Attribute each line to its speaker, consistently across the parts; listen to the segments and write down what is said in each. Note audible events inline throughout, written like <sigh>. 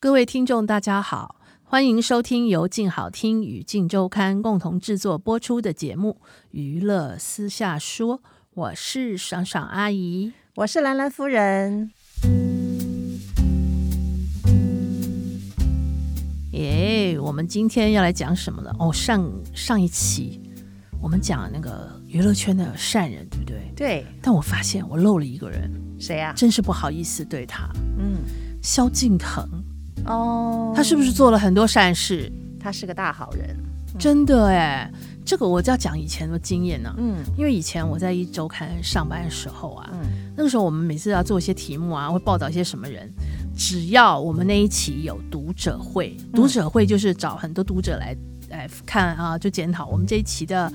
Speaker 1: 各位听众，大家好，欢迎收听由静好听与静周刊共同制作播出的节目《娱乐私下说》，我是爽爽阿姨。
Speaker 2: 我是兰兰夫人。
Speaker 1: 耶、我们今天要来讲什么呢？哦，上上一期我们讲那个娱乐圈的善人，对不对？
Speaker 2: 对，
Speaker 1: 但我发现我漏了一个人，
Speaker 2: 谁啊呀、
Speaker 1: 真是不好意思对他。
Speaker 2: 嗯，
Speaker 1: 萧敬腾，
Speaker 2: 哦，
Speaker 1: 他是不是做了很多善事？
Speaker 2: 他是个大好人？
Speaker 1: 真的哎，这个我就要讲以前的经验呢、
Speaker 2: 嗯
Speaker 1: 因为以前我在一周刊上班的时候啊，
Speaker 2: 嗯，
Speaker 1: 那个时候我们每次要做一些题目啊，会报道一些什么人，只要我们那一期有读者会，
Speaker 2: 嗯
Speaker 1: 读者会就是找很多读者来来看啊，就检讨我们这一期的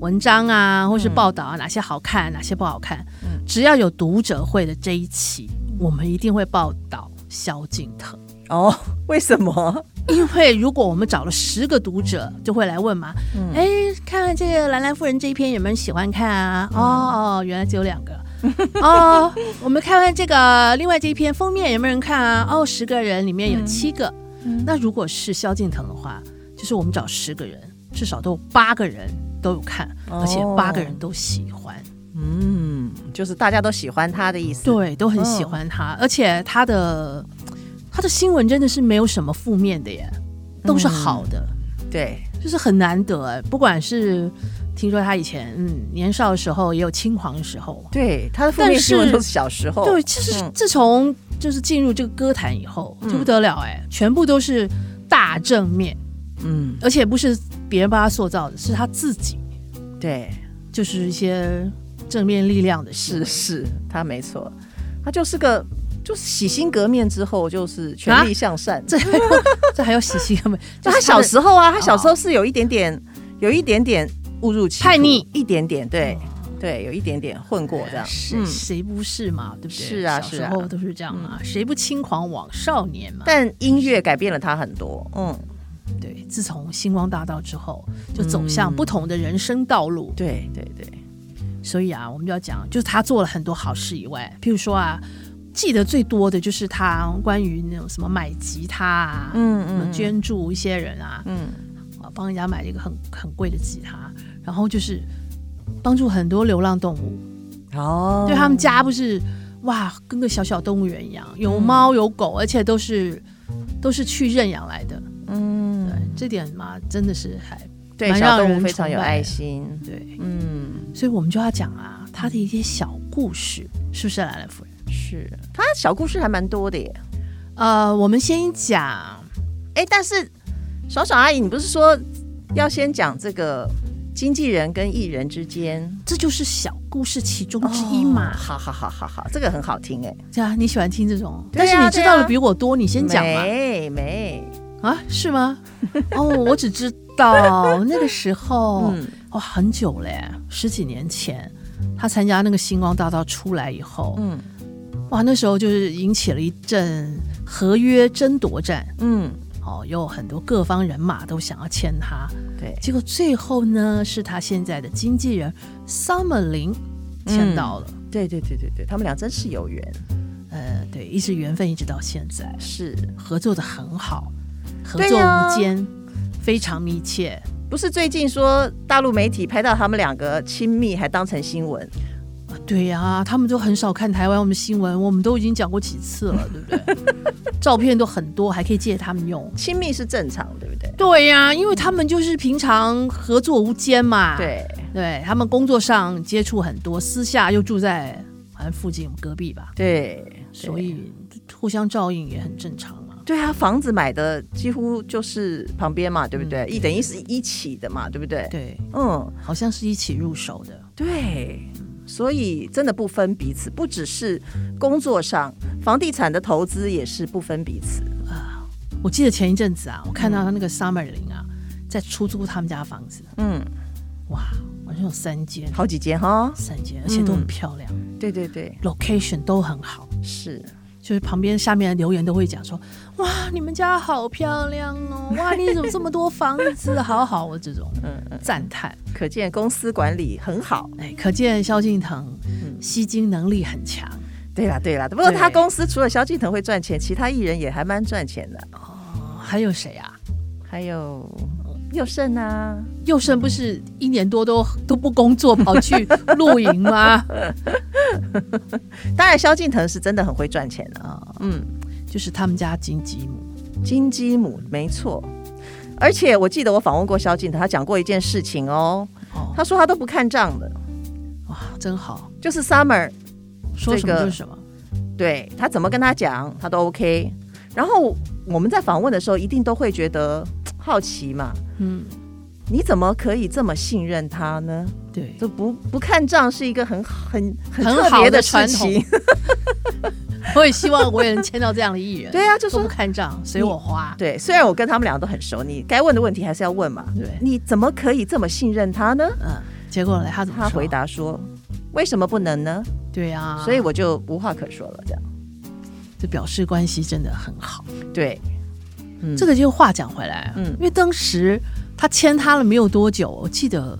Speaker 1: 文章啊，或是报道啊，哪些好看，哪些不好看。
Speaker 2: 嗯
Speaker 1: 只要有读者会的这一期，我们一定会报道萧敬腾。
Speaker 2: 哦， <laughs> 为什么？
Speaker 1: 因为如果我们找了十个读者，就会来问嘛，
Speaker 2: 嗯
Speaker 1: 哎、看看这个兰兰夫人这一篇有没有人喜欢看啊？
Speaker 2: 嗯
Speaker 1: 哦哦，原来只有两个。哦， <laughs> 我们看看这个另外这一篇封面有没有人看啊？哦，十个人里面有七个。
Speaker 2: 嗯
Speaker 1: 那如果是萧敬腾的话，就是我们找十个人，至少都有八个人都有看，而且八个人都喜欢，
Speaker 2: 哦嗯，就是大家都喜欢他的意思。，
Speaker 1: 对，都很喜欢
Speaker 2: 嗯
Speaker 1: 他，而且他的他的新闻真的是没有什么负面的耶，都是好的。
Speaker 2: 对，
Speaker 1: 就是很难得哎、不管是听说他以前嗯年少的时候也有轻狂的时候，
Speaker 2: 对，他的负
Speaker 1: 但
Speaker 2: 面新闻
Speaker 1: 是
Speaker 2: 都是小时候。
Speaker 1: 对，就是
Speaker 2: 嗯
Speaker 1: 自从就是进入这个歌坛以后、就不得了哎、全部都是大正面，
Speaker 2: 嗯，
Speaker 1: 而且不是别人帮他塑造的，是他自己，
Speaker 2: 对，
Speaker 1: 就是一些正面力量的事
Speaker 2: 是。是，他没错，他就是个。就是洗心革面之后，就是全力向善。
Speaker 1: 这还有这还有喜
Speaker 2: <laughs>
Speaker 1: 庆他们，就
Speaker 2: 就他
Speaker 1: 是
Speaker 2: 小
Speaker 1: 的
Speaker 2: 时候啊，他小时候是有一点点，有一点点误入歧途
Speaker 1: 叛逆哦
Speaker 2: 一点点，对对，有一点点混过这样。
Speaker 1: 是谁不是嘛？对不对？
Speaker 2: 嗯是啊
Speaker 1: 小
Speaker 2: 是
Speaker 1: 时
Speaker 2: 啊
Speaker 1: 候都是这样嘛，谁不轻狂枉少年嘛？
Speaker 2: 但音乐改变了他很多，嗯，
Speaker 1: 对，自从星光大道之后，就走
Speaker 2: 嗯
Speaker 1: 向不同的人生道路。
Speaker 2: 对对对，
Speaker 1: 所以啊，我们就要讲，就是他做了很多好事以外，譬如说啊，记得最多的就是他关于那种什么买吉他啊，
Speaker 2: 嗯
Speaker 1: 什么，捐助一些人啊，
Speaker 2: 嗯，
Speaker 1: 啊帮人家买了一个很很贵的吉他，然后就是帮助很多流浪动物，
Speaker 2: 哦
Speaker 1: 对他们家不是哇，跟个小小动物园一样，有猫有狗，而且都是都是去认养来的，对
Speaker 2: 嗯，，
Speaker 1: 这点嘛真的是还
Speaker 2: 对，
Speaker 1: 蛮
Speaker 2: 小
Speaker 1: 让
Speaker 2: 动物
Speaker 1: 人
Speaker 2: 非常有
Speaker 1: 崇拜
Speaker 2: 爱
Speaker 1: 的
Speaker 2: 心，
Speaker 1: 对。
Speaker 2: 嗯，
Speaker 1: 所以我们就要讲啊，他的一些小故事，是啊不是兰兰夫人？
Speaker 2: 是他小故事还蛮多的耶，
Speaker 1: 呃，我们先讲，
Speaker 2: 哎，但是爽爽阿姨，你不是说要先讲这个经纪人跟艺人之间
Speaker 1: 这就是小故事其中之一嘛
Speaker 2: 哦。好好好好好，这个很好听哎，
Speaker 1: 对啊，你喜欢听这种，
Speaker 2: 对啊
Speaker 1: 但是你知道
Speaker 2: 对
Speaker 1: 的
Speaker 2: 啊
Speaker 1: 比我多，你先讲嘛。
Speaker 2: 没没，
Speaker 1: 啊，是吗？ <laughs> 哦，我只知道那个时候，
Speaker 2: 嗯
Speaker 1: 哇，很久嘞，十几年前。他参加那个星光大道出来以后，
Speaker 2: 嗯
Speaker 1: 哇，那时候就是引起了一阵合约争夺战，
Speaker 2: 嗯，
Speaker 1: 哦，有很多各方人马都想要签他，
Speaker 2: 对，
Speaker 1: 结果最后呢，是他现在的经纪人 Summer 林
Speaker 2: 嗯
Speaker 1: 签到了。
Speaker 2: 对对对对对，他们俩真是有缘，
Speaker 1: 呃，对，一直缘分一直到现在，
Speaker 2: 是
Speaker 1: 合作的很好，合
Speaker 2: 对
Speaker 1: 作
Speaker 2: 呀
Speaker 1: 无间，非常密切。
Speaker 2: 不是最近说大陆媒体拍到他们两个亲密，还当成新闻？
Speaker 1: 啊对呀、他们都很少看台湾我们新闻，我们都已经讲过几次了，对不对？
Speaker 2: <laughs>
Speaker 1: 照片都很多，还可以借他们用。
Speaker 2: 亲密是正常，对不对？
Speaker 1: 对呀、因为他们就是平常合作无间嘛。，
Speaker 2: 对，
Speaker 1: 对他们工作上接触很多，私下又住在好像附近隔壁吧。
Speaker 2: 对，
Speaker 1: 所以互相照应也很正常嘛。
Speaker 2: 对啊，房子买的几乎就是旁边嘛，对不对？一等嗯于是一起的嘛，对不对？
Speaker 1: 对，
Speaker 2: 嗯，
Speaker 1: 好像是一起入手的。
Speaker 2: 对，所以真的不分彼此，不只是工作上，房地产的投资也是不分彼此。
Speaker 1: 我记得前一阵子啊，我看到那个 Summer 林啊，在出租他们家房子，
Speaker 2: 嗯，
Speaker 1: 哇，好像有三间，
Speaker 2: 好几间哈，
Speaker 1: 三间，而且都很漂亮、
Speaker 2: 对对对，
Speaker 1: l o c a t i o n 都很好。
Speaker 2: 是，
Speaker 1: 就是旁边下面的留言都会讲说，哇，你们家好漂亮
Speaker 2: <laughs>
Speaker 1: 哦，哇，你怎么这么多房子，好好哦，这种
Speaker 2: 嗯嗯，
Speaker 1: 赞叹。
Speaker 2: 可见公司管理很好。
Speaker 1: 哎，可见萧敬腾
Speaker 2: 嗯
Speaker 1: 吸金能力很强。
Speaker 2: 对啦对啦，不过他
Speaker 1: 对
Speaker 2: 公司除了萧敬腾会赚钱，其他艺人也还蛮赚钱的，
Speaker 1: 哦还有谁啊？
Speaker 2: 还有佑胜啊，
Speaker 1: 佑胜不是一年多都都不工作，跑去露营
Speaker 2: <laughs>
Speaker 1: 吗？
Speaker 2: 当然萧敬腾是真的很会赚钱的、
Speaker 1: 啊、
Speaker 2: 嗯。
Speaker 1: 就是他们家金鸡母。
Speaker 2: 金鸡母，没错。而且我记得我访问过萧敬腾，他讲过一件事情哦，
Speaker 1: 哦，
Speaker 2: 他说他都不看账的，
Speaker 1: 哇，真好，
Speaker 2: 就是 Summer
Speaker 1: 说什么
Speaker 2: 这
Speaker 1: 就
Speaker 2: 个
Speaker 1: 是什么。
Speaker 2: 对他怎么跟他讲，他都 OK。然后我们在访问的时候，一定都会觉得好奇嘛，
Speaker 1: 嗯，
Speaker 2: 你怎么可以这么信任他呢？
Speaker 1: 对，
Speaker 2: 就不不看账是一个很很很
Speaker 1: 很
Speaker 2: 特
Speaker 1: 好
Speaker 2: 别
Speaker 1: 的
Speaker 2: 事
Speaker 1: 传
Speaker 2: 情。
Speaker 1: <laughs>
Speaker 2: <laughs>
Speaker 1: 我也希望我也能签到这样的艺人。
Speaker 2: 对啊，就
Speaker 1: 都
Speaker 2: 说
Speaker 1: 不看账，随我花。
Speaker 2: 对，虽然我跟他们俩都很熟，你该问的问题还是要问嘛。
Speaker 1: 对
Speaker 2: 你怎么可以这么信任他呢？
Speaker 1: 嗯，结果呢，他怎么
Speaker 2: 他
Speaker 1: 说
Speaker 2: 回？答说：“为什么不能呢？”
Speaker 1: 对啊，
Speaker 2: 所以我就无话可说了。这样
Speaker 1: 这表示关系真的很好。
Speaker 2: 对，嗯
Speaker 1: 这个就话讲回来，嗯
Speaker 2: 嗯，
Speaker 1: 因为当时他签他了没有多久，我记得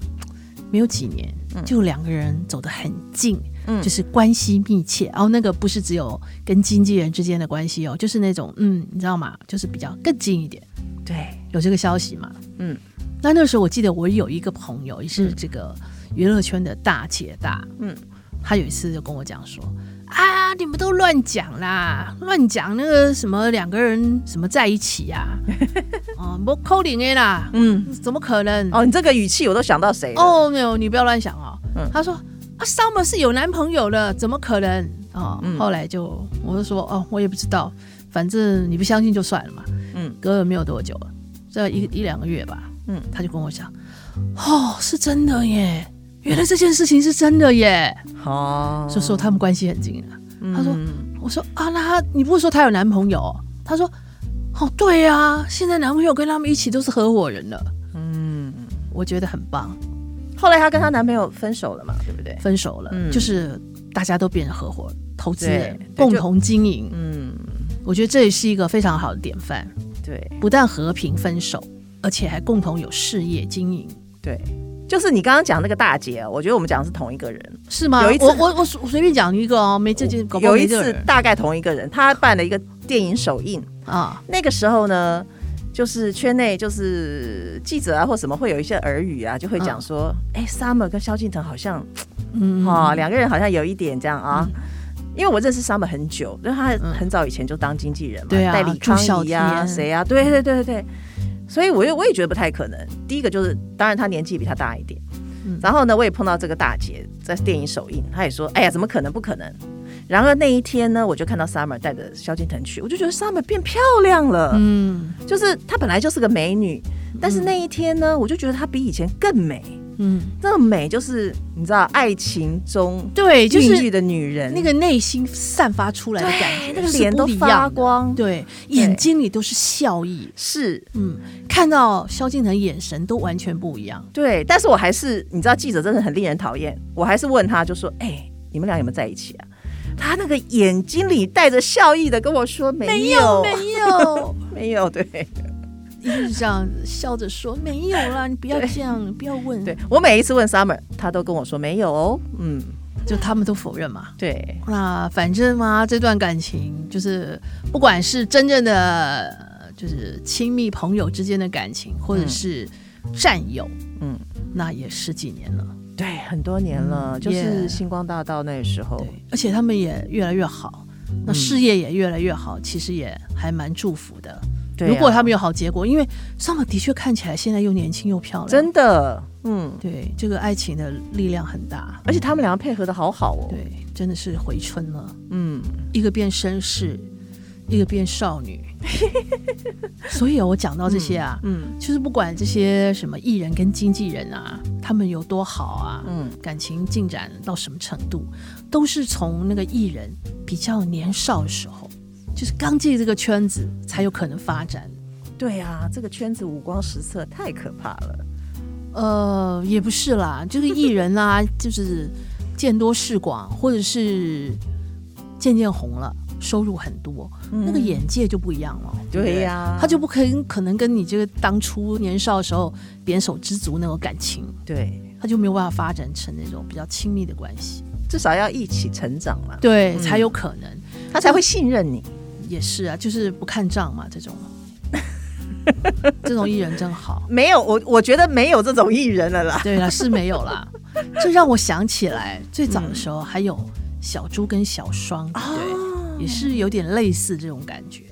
Speaker 1: 没有几年，
Speaker 2: 嗯
Speaker 1: 就两个人走得很近，
Speaker 2: 嗯
Speaker 1: 就是关系密切。然后那个不是只有跟经纪人之间的关系哦，就是那种嗯，你知道吗？就是比较更近一点，
Speaker 2: 对，
Speaker 1: 有这个消息嘛？
Speaker 2: 嗯，
Speaker 1: 那那时候我记得我有一个朋友也是这个娱乐圈的大姐大，
Speaker 2: 嗯，
Speaker 1: 他有一次就跟我讲说。啊！你们都乱讲啦，乱讲那个什么两个人什么在一起呀、
Speaker 2: <laughs>
Speaker 1: 啊，哦，不扣零 A 啦，
Speaker 2: 嗯，
Speaker 1: 怎么可能？哦
Speaker 2: 哦，你这个语气我都想到谁了？
Speaker 1: 哦，没有，你不要乱想哦。
Speaker 2: 嗯
Speaker 1: 他说啊，Summer 是有男朋友了，怎么可能？哦，
Speaker 2: 嗯
Speaker 1: 后来就我就说哦，我也不知道，反正你不相信就算了嘛。
Speaker 2: 嗯，
Speaker 1: 隔了没有多久了，这一一两个月吧，
Speaker 2: 嗯，
Speaker 1: 他就跟我讲，哦，是真的耶，原来这件事情是真的耶，
Speaker 2: 好，
Speaker 1: 就说他们关系很近啊。他说
Speaker 2: 哦嗯
Speaker 1: 我说啊，那他你不是说他有男朋友？他说哦，对呀、啊，现在男朋友跟他们一起都是合伙人了。
Speaker 2: 嗯，
Speaker 1: 我觉得很棒，
Speaker 2: 后来她跟她男朋友分手了嘛，对不对？
Speaker 1: 分手了，
Speaker 2: 嗯
Speaker 1: 就是大家都变成合伙投资人
Speaker 2: 对，对
Speaker 1: 共
Speaker 2: 就
Speaker 1: 同经营。
Speaker 2: 嗯，
Speaker 1: 我觉得这也是一个非常好的典范，
Speaker 2: 对
Speaker 1: 不但和平分手，而且还共同有事业经营，
Speaker 2: 对，就是你刚刚讲那个大姐，啊我觉得我们讲的是同一个人。
Speaker 1: 是吗？
Speaker 2: 有一次
Speaker 1: 我我我随我随便讲一个哦，没这件，搞不好
Speaker 2: 有一
Speaker 1: 没这个
Speaker 2: 次
Speaker 1: 人
Speaker 2: 大概同一个人，她办了一个电影首映，
Speaker 1: 啊，
Speaker 2: 那个时候呢。就是圈内就是记者啊或什么会有一些耳语啊，就会讲说，哎、s u m m e r 跟萧敬腾好像
Speaker 1: 嗯，
Speaker 2: 哦，两个人好像有一点这样啊。因为我认识 Summer 很久，因为他很早以前就当经纪人嘛，
Speaker 1: 嗯对啊
Speaker 2: 带李
Speaker 1: 朱孝
Speaker 2: 康怡啊，
Speaker 1: 天
Speaker 2: 谁啊，对对对对对，所以我又我也觉得不太可能。第一个就是，当然他年纪比他大一点，
Speaker 1: 嗯
Speaker 2: 然后呢，我也碰到这个大姐在电影首映，她也说，哎呀，怎么可能，不可能。然而那一天呢，我就看到 Summer 带着萧敬腾去，我就觉得 Summer 变漂亮了，
Speaker 1: 嗯
Speaker 2: 就是她本来就是个美女，但是那一天呢，我就觉得她比以前更美，
Speaker 1: 嗯，
Speaker 2: 那种美就是你知道，爱情中
Speaker 1: 对，就
Speaker 2: 孕
Speaker 1: 是
Speaker 2: 育的女人，
Speaker 1: 那个内心散发出来的感觉，
Speaker 2: 对那个
Speaker 1: 是
Speaker 2: 脸都
Speaker 1: 不一
Speaker 2: 发
Speaker 1: 样的，
Speaker 2: 光，
Speaker 1: 对，眼睛里都是笑意。
Speaker 2: 是，
Speaker 1: 嗯，看到萧敬腾眼神都完全不一样。
Speaker 2: 对。但是我还是，你知道，记者真的很令人讨厌，我还是问他，就说，哎、你们俩有没有在一起啊？他那个眼睛里带着笑意的跟我说，没有，没有，
Speaker 1: 没有，
Speaker 2: 对
Speaker 1: 一直这样笑着说没有啦，你不要这样，你不要问。
Speaker 2: 对，。我每一次问 Summer，他都跟我说没有哦，嗯，
Speaker 1: 就他们都否认嘛。
Speaker 2: 对，
Speaker 1: 那反正嘛，这段感情就是，不管是真正的呃就是亲密朋友之间的感情，或者是战友，
Speaker 2: 嗯，
Speaker 1: 那也十几年了。
Speaker 2: 对，很多年了，
Speaker 1: 嗯
Speaker 2: 就
Speaker 1: yeah
Speaker 2: 是星光大道那时候，
Speaker 1: 对，而且他们也越来越好，那事业也越来越好，其实也还蛮祝福的。
Speaker 2: 对啊
Speaker 1: 如果他们有好结果，因为 Summer 的确看起来现在又年轻又漂亮，
Speaker 2: 真的，嗯，
Speaker 1: 对这个爱情的力量很大，
Speaker 2: 而且他们两个配合的好好哦，
Speaker 1: 对，真的是回春了，
Speaker 2: 嗯，
Speaker 1: 一个变绅士，一个变少女。所以、哦、我讲到这些啊，
Speaker 2: 嗯
Speaker 1: 就是不管这些什么艺人跟经纪人啊，他们有多好啊，
Speaker 2: 嗯
Speaker 1: 感情进展到什么程度，都是从那个艺人比较年少的时候，就是刚进这个圈子才有可能发展。
Speaker 2: 对啊，这个圈子五光十色，太可怕了。
Speaker 1: 呃，也不是啦，这个艺人啊， <laughs> 就是见多识广，或者是渐渐红了，收入很多，
Speaker 2: 嗯
Speaker 1: 那个眼界就不一样了。
Speaker 2: 对呀
Speaker 1: 他就不可能可能跟你这个当初年少的时候扁手知足那种感情，
Speaker 2: 对，
Speaker 1: 他就没有办法发展成那种比较亲密的关系，
Speaker 2: 至少要一起成长嘛，
Speaker 1: 对，才有可能。
Speaker 2: 他才会信任你。
Speaker 1: 也是啊，就是不看账嘛，
Speaker 2: <laughs>
Speaker 1: 这种，这种艺人真好。
Speaker 2: 没有，我我觉得没有这种艺人了啦。
Speaker 1: 对啦，是没有啦。这让我想起来，最早
Speaker 2: 嗯
Speaker 1: 的时候还有小猪跟小双，
Speaker 2: 啊
Speaker 1: 对不对，也是有点类似这种感觉。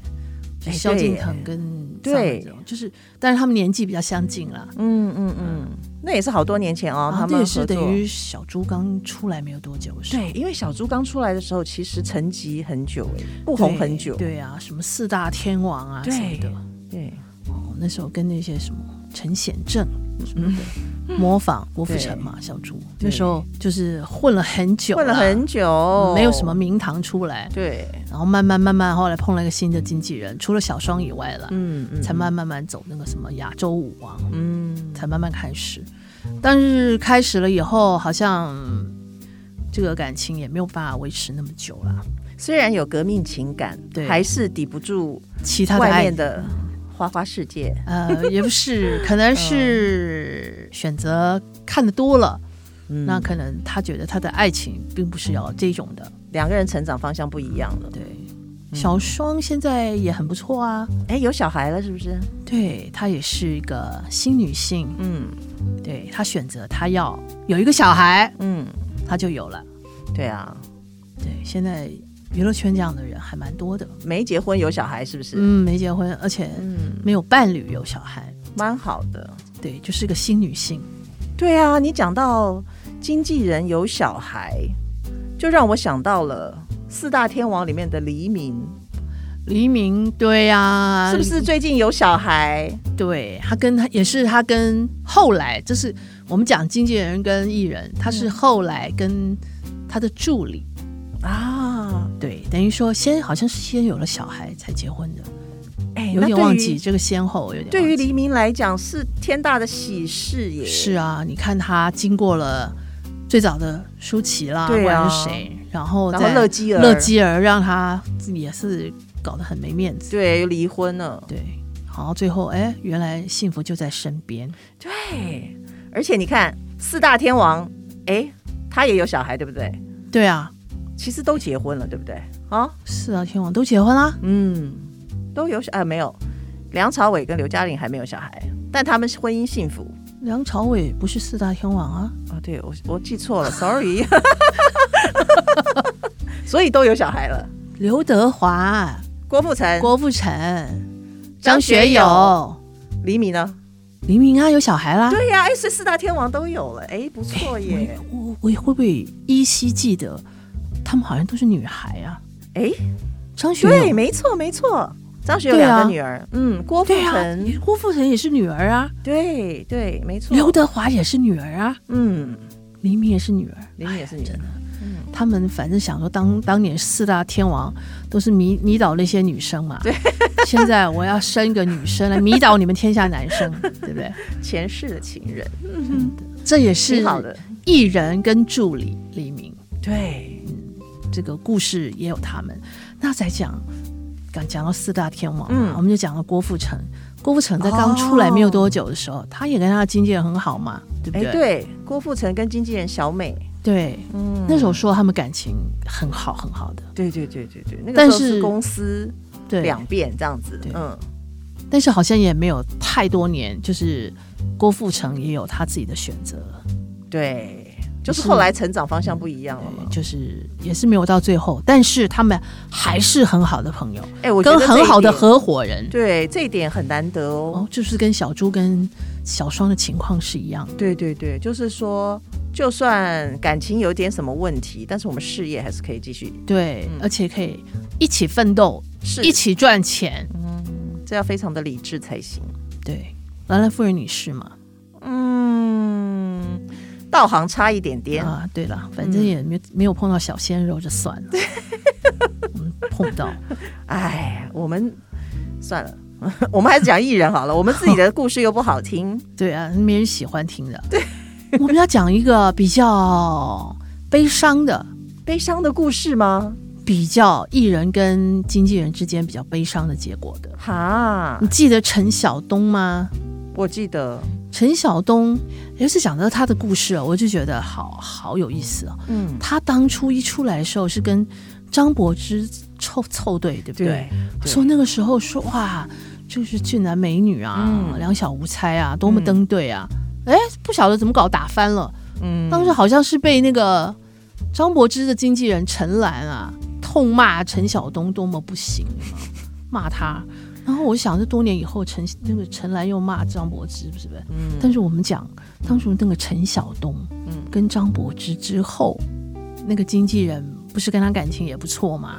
Speaker 1: 就
Speaker 2: 哎
Speaker 1: 萧敬
Speaker 2: 对
Speaker 1: 腾跟
Speaker 2: 对
Speaker 1: 张曼这种，就是，但是他们年纪比较相近啦。
Speaker 2: 嗯嗯嗯，那也是好多年前哦，
Speaker 1: 然
Speaker 2: 他
Speaker 1: 后这也啊
Speaker 2: 们合
Speaker 1: 是
Speaker 2: 作
Speaker 1: 等于小猪刚出来没有多久，是吧
Speaker 2: 对，因为小猪刚出来的时候，其实沉寂很久、哎，不红很久。
Speaker 1: 对对啊，什么四大天王啊
Speaker 2: 对
Speaker 1: 什么的。
Speaker 2: 对
Speaker 1: 哦，那时候跟那些什么陈显正什么的、
Speaker 2: 嗯
Speaker 1: 模仿郭富城嘛，小猪那时候就是混了很久，
Speaker 2: 混了很久、
Speaker 1: 嗯没有什么名堂出来，
Speaker 2: 对，
Speaker 1: 然后慢慢慢慢后来碰了一个新的经纪人，除了小双以外了，
Speaker 2: 嗯嗯
Speaker 1: 才慢慢慢走那个什么亚洲舞王，
Speaker 2: 嗯，
Speaker 1: 才慢慢开始。但是开始了以后，好像这个感情也没有办法维持那么久了。
Speaker 2: 虽然有革命情感，
Speaker 1: 对
Speaker 2: 还是抵不住
Speaker 1: 其他的
Speaker 2: 外
Speaker 1: 爱
Speaker 2: 面的花花世界。
Speaker 1: <laughs> 呃，也不是，可能是选择看的多了，
Speaker 2: 嗯
Speaker 1: 那可能他觉得他的爱情并不是要这种的。
Speaker 2: 两个人成长方向不一样了。
Speaker 1: 对，小双现在也很不错啊，
Speaker 2: 哎，有小孩了是不是？
Speaker 1: 对她也是一个新女性，
Speaker 2: 嗯
Speaker 1: 对她选择她要有一个小孩，
Speaker 2: 嗯，
Speaker 1: 她就有了。
Speaker 2: 对啊，
Speaker 1: 对，现在娱乐圈这样的人还蛮多的，
Speaker 2: 没结婚有小孩是不是？
Speaker 1: 嗯，没结婚，而且
Speaker 2: 嗯，
Speaker 1: 没有伴侣，有小孩，
Speaker 2: 蛮好的。
Speaker 1: 对，就是个新女性。
Speaker 2: 对啊，你讲到经纪人有小孩，就让我想到了四大天王里面的黎明，
Speaker 1: 黎明，对呀、
Speaker 2: 是不是最近有小孩？
Speaker 1: 对他跟他也是他跟后来，就是我们讲经纪人跟艺人，他是后来跟他的助理，
Speaker 2: 啊，
Speaker 1: 对，等于说先好像是先有了小孩才结婚的，
Speaker 2: 哎
Speaker 1: 有
Speaker 2: 那
Speaker 1: 点
Speaker 2: 对
Speaker 1: 忘
Speaker 2: 于
Speaker 1: 记这个先后，有点
Speaker 2: 对于
Speaker 1: 忘记
Speaker 2: 黎明来讲是天大的喜事耶。
Speaker 1: 是啊，你看他经过了最早的舒淇啦，
Speaker 2: 对啊
Speaker 1: 不管是谁，然后
Speaker 2: 然后
Speaker 1: 再
Speaker 2: 啊乐基儿，
Speaker 1: 乐基儿让他也是搞得很没面子，
Speaker 2: 对离婚了，
Speaker 1: 对，然后最后哎，原来幸福就在身边，
Speaker 2: 对，而且你看四大天王，哎，他也有小孩，对不对？
Speaker 1: 对啊，
Speaker 2: 其实都结婚了，对不对？啊，
Speaker 1: 四大天王都结婚啦，
Speaker 2: 嗯，都有小啊、没有？梁朝伟跟刘嘉玲还没有小孩，但他们婚姻幸福。
Speaker 1: 梁朝伟不是四大天王啊？
Speaker 2: 哦，对我我记错了，sorry。所以都有小孩了，
Speaker 1: 刘德华、
Speaker 2: 郭富城、
Speaker 1: 郭富城、
Speaker 2: 张
Speaker 1: 哎张
Speaker 2: 学友
Speaker 1: 学友、
Speaker 2: 黎明呢？
Speaker 1: 黎明啊，有小孩啦。
Speaker 2: 对呀、哎，所以四大天王都有了，哎，不错耶。
Speaker 1: 我我会不会依稀记得，他们好像都是女孩啊？
Speaker 2: 哎，
Speaker 1: 张学
Speaker 2: 对，
Speaker 1: 友
Speaker 2: 没错没错，张学友
Speaker 1: 对啊
Speaker 2: 两个女儿，嗯，郭富
Speaker 1: 对啊，
Speaker 2: 城，
Speaker 1: 你郭富城也是女儿啊，
Speaker 2: 对对，没错，
Speaker 1: 刘德华也是女儿啊，
Speaker 2: 嗯，
Speaker 1: 黎明也是女儿。哎
Speaker 2: 林也是女人，
Speaker 1: 他们反正想说当当年四大天王都是迷迷倒那些女生嘛，对。现在我要生一个女生来迷倒你们天下男生，对不对？
Speaker 2: 前世的情人，
Speaker 1: 这也是
Speaker 2: 挺好的，
Speaker 1: 艺人跟助理黎明
Speaker 2: 对，
Speaker 1: 这个故事也有他们。那再讲，刚讲到四大天王，啊
Speaker 2: 嗯
Speaker 1: 我们就讲了郭富城。郭富城在刚出来没有多久的时候，他也跟他的经纪人很好嘛，对不
Speaker 2: 哎
Speaker 1: 对？
Speaker 2: 对，郭富城跟经纪人小美，
Speaker 1: 对
Speaker 2: 嗯，
Speaker 1: 那时候说他们感情很好很好的，
Speaker 2: 对对对对对，那个
Speaker 1: 但
Speaker 2: 时候是
Speaker 1: 是
Speaker 2: 公司
Speaker 1: 对。
Speaker 2: 两遍这样子
Speaker 1: 对，
Speaker 2: 嗯，
Speaker 1: 但是好像也没有太多年，就是郭富城也有他自己的选择，
Speaker 2: 对，就是
Speaker 1: 是
Speaker 2: 后来成长方向不一样了
Speaker 1: 对
Speaker 2: 嘛，
Speaker 1: 就是也是没有到最后，但是他们还是很好的朋友，
Speaker 2: 哎，我觉
Speaker 1: 跟
Speaker 2: 得这
Speaker 1: 很
Speaker 2: 一
Speaker 1: 好的
Speaker 2: 点，
Speaker 1: 合伙人。
Speaker 2: 对，这一点很难得哦
Speaker 1: 哦，，就是跟小猪跟小双的情况是一样的。
Speaker 2: 对对对，就是说。就算感情有点什么问题，但是我们事业还是可以继续。
Speaker 1: 对，
Speaker 2: 嗯
Speaker 1: 而且可以一起奋斗，
Speaker 2: 是
Speaker 1: 一起赚钱。
Speaker 2: 这要非常的理智才行。
Speaker 1: 对，兰兰夫人，你是吗？
Speaker 2: 嗯，道行差一点点，
Speaker 1: 啊，对了，反
Speaker 2: 嗯
Speaker 1: 正也没、没有碰到小鲜肉就算了，我们碰到
Speaker 2: 哎、我们算了。 <laughs> 我们还是讲艺人好了，我们自己的故事又不好 <laughs> 听。
Speaker 1: 对啊，没人喜欢听的。对，我们要讲一个比较悲伤的，
Speaker 2: 悲伤的故事吗？
Speaker 1: 比较艺人跟经纪人之间比较悲伤的结果的。
Speaker 2: 哈
Speaker 1: 你，
Speaker 2: 嗯
Speaker 1: 记得陈晓东吗？
Speaker 2: 我记得，
Speaker 1: 陈晓东，尤其讲到他的故事哦，我就觉得好好有意思哦。
Speaker 2: 嗯，
Speaker 1: 他当初一出来的时候是跟张柏芝凑凑对，对不
Speaker 2: 对，对
Speaker 1: 说那个时候说哇，就是俊男美女啊，
Speaker 2: 嗯
Speaker 1: 两小无猜啊，多么登对啊！哎、不晓得怎么搞打翻了，
Speaker 2: 嗯
Speaker 1: 当时好像是被那个张柏芝的经纪人陈岚啊痛骂陈晓东多么不行啊，骂他。然后我想，这多年以后，陈那个陈岚又骂张柏芝，是不是？但是我们讲，当初那个陈晓东，跟张柏芝之后，那个经纪人不是跟他感情也不错嘛？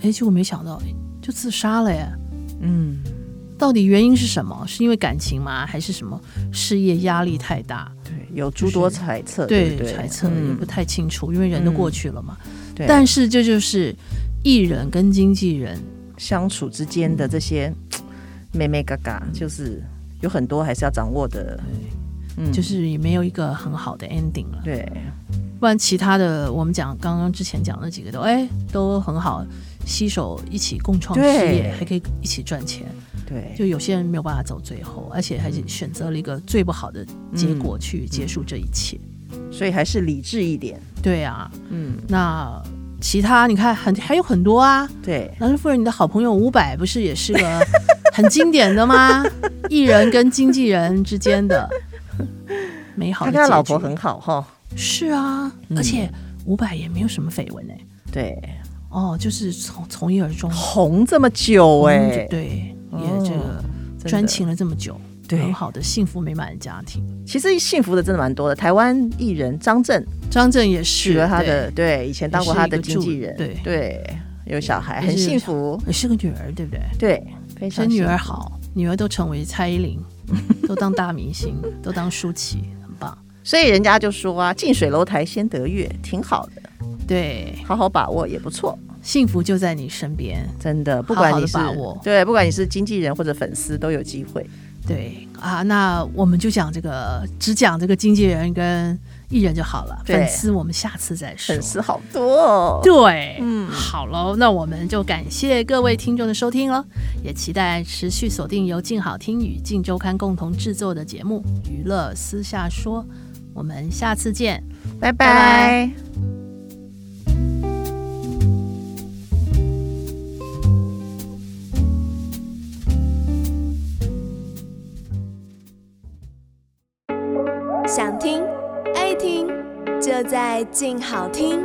Speaker 1: 哎，结果没想到，哎就自杀了耶。
Speaker 2: 嗯，
Speaker 1: 到底原因是什么？是因为感情吗？还是什么事业压力太大？
Speaker 2: 对，有诸多揣测，
Speaker 1: 对，
Speaker 2: 不对
Speaker 1: 揣测
Speaker 2: 嗯
Speaker 1: 也不太清楚，因为人都过去了嘛。
Speaker 2: 对
Speaker 1: 但是这就是艺人跟经纪人，
Speaker 2: 相处之间的这些妹妹嘎嘎，就是有很多还是要掌握的。嗯
Speaker 1: 就是也没有一个很好的 ending 了。
Speaker 2: 对，
Speaker 1: 不然其他的，我们讲刚刚之前讲的几个都哎都很好，携手一起共创事业
Speaker 2: 对，
Speaker 1: 还可以一起赚钱。
Speaker 2: 对，
Speaker 1: 就有些人没有办法走最后，而且
Speaker 2: 嗯
Speaker 1: 还是选择了一个最不好的结果去结束这一切。
Speaker 2: 所以还是理智一点。
Speaker 1: 对啊，
Speaker 2: 嗯，
Speaker 1: 那其他你看很还有很多啊，
Speaker 2: 对，
Speaker 1: 兰兰夫人，你的好朋友伍佰不是也是个很经典的
Speaker 2: <laughs>
Speaker 1: 吗？艺人跟经纪人之间的美好
Speaker 2: 他
Speaker 1: 的结
Speaker 2: 跟他
Speaker 1: 局
Speaker 2: 老婆很嗯好哈。
Speaker 1: 是啊，而且伍佰也没有什么绯闻哎、
Speaker 2: 对，
Speaker 1: 哦，就是从从一而终，
Speaker 2: 红这么久哎、
Speaker 1: 嗯就对，也这个
Speaker 2: 真的
Speaker 1: 专情了这么久，
Speaker 2: 对
Speaker 1: 很好的幸福美满的家庭。
Speaker 2: 其实幸福的真的蛮多的。台湾艺人张震
Speaker 1: 张震也是
Speaker 2: 娶了他
Speaker 1: 对
Speaker 2: 的，对，以前当过他的经纪
Speaker 1: 也
Speaker 2: 人，
Speaker 1: 是一个助
Speaker 2: 对，有小孩，
Speaker 1: 也
Speaker 2: 很
Speaker 1: 是
Speaker 2: 幸福，
Speaker 1: 也是个女儿，对不对？
Speaker 2: 对，非常
Speaker 1: 生女
Speaker 2: 幸
Speaker 1: 儿
Speaker 2: 福
Speaker 1: 好，女儿都成为蔡依林，都当大明星，都当舒淇，很棒。
Speaker 2: 所以人家就说啊，近水楼台先得月，挺好的，
Speaker 1: 对，
Speaker 2: 好好把握也不错。
Speaker 1: 幸福就在你身边。
Speaker 2: 真的，不管你是
Speaker 1: 好好地把握
Speaker 2: 对，不管你是经纪人或者粉丝，都有机会。
Speaker 1: 对啊，那我们就讲这个，只讲这个经纪人跟艺人就好了。
Speaker 2: 对
Speaker 1: 粉丝我们下次再说
Speaker 2: 粉。丝好多、哦，
Speaker 1: 对，
Speaker 2: 嗯
Speaker 1: 好喽，那我们就感谢各位听众的收听喽，也期待持续锁定由静好听与静周刊共同制作的节目《娱乐私下说》，我们下次见。
Speaker 2: 拜
Speaker 1: 拜拜
Speaker 2: 拜
Speaker 3: 想听爱听，就在静好听。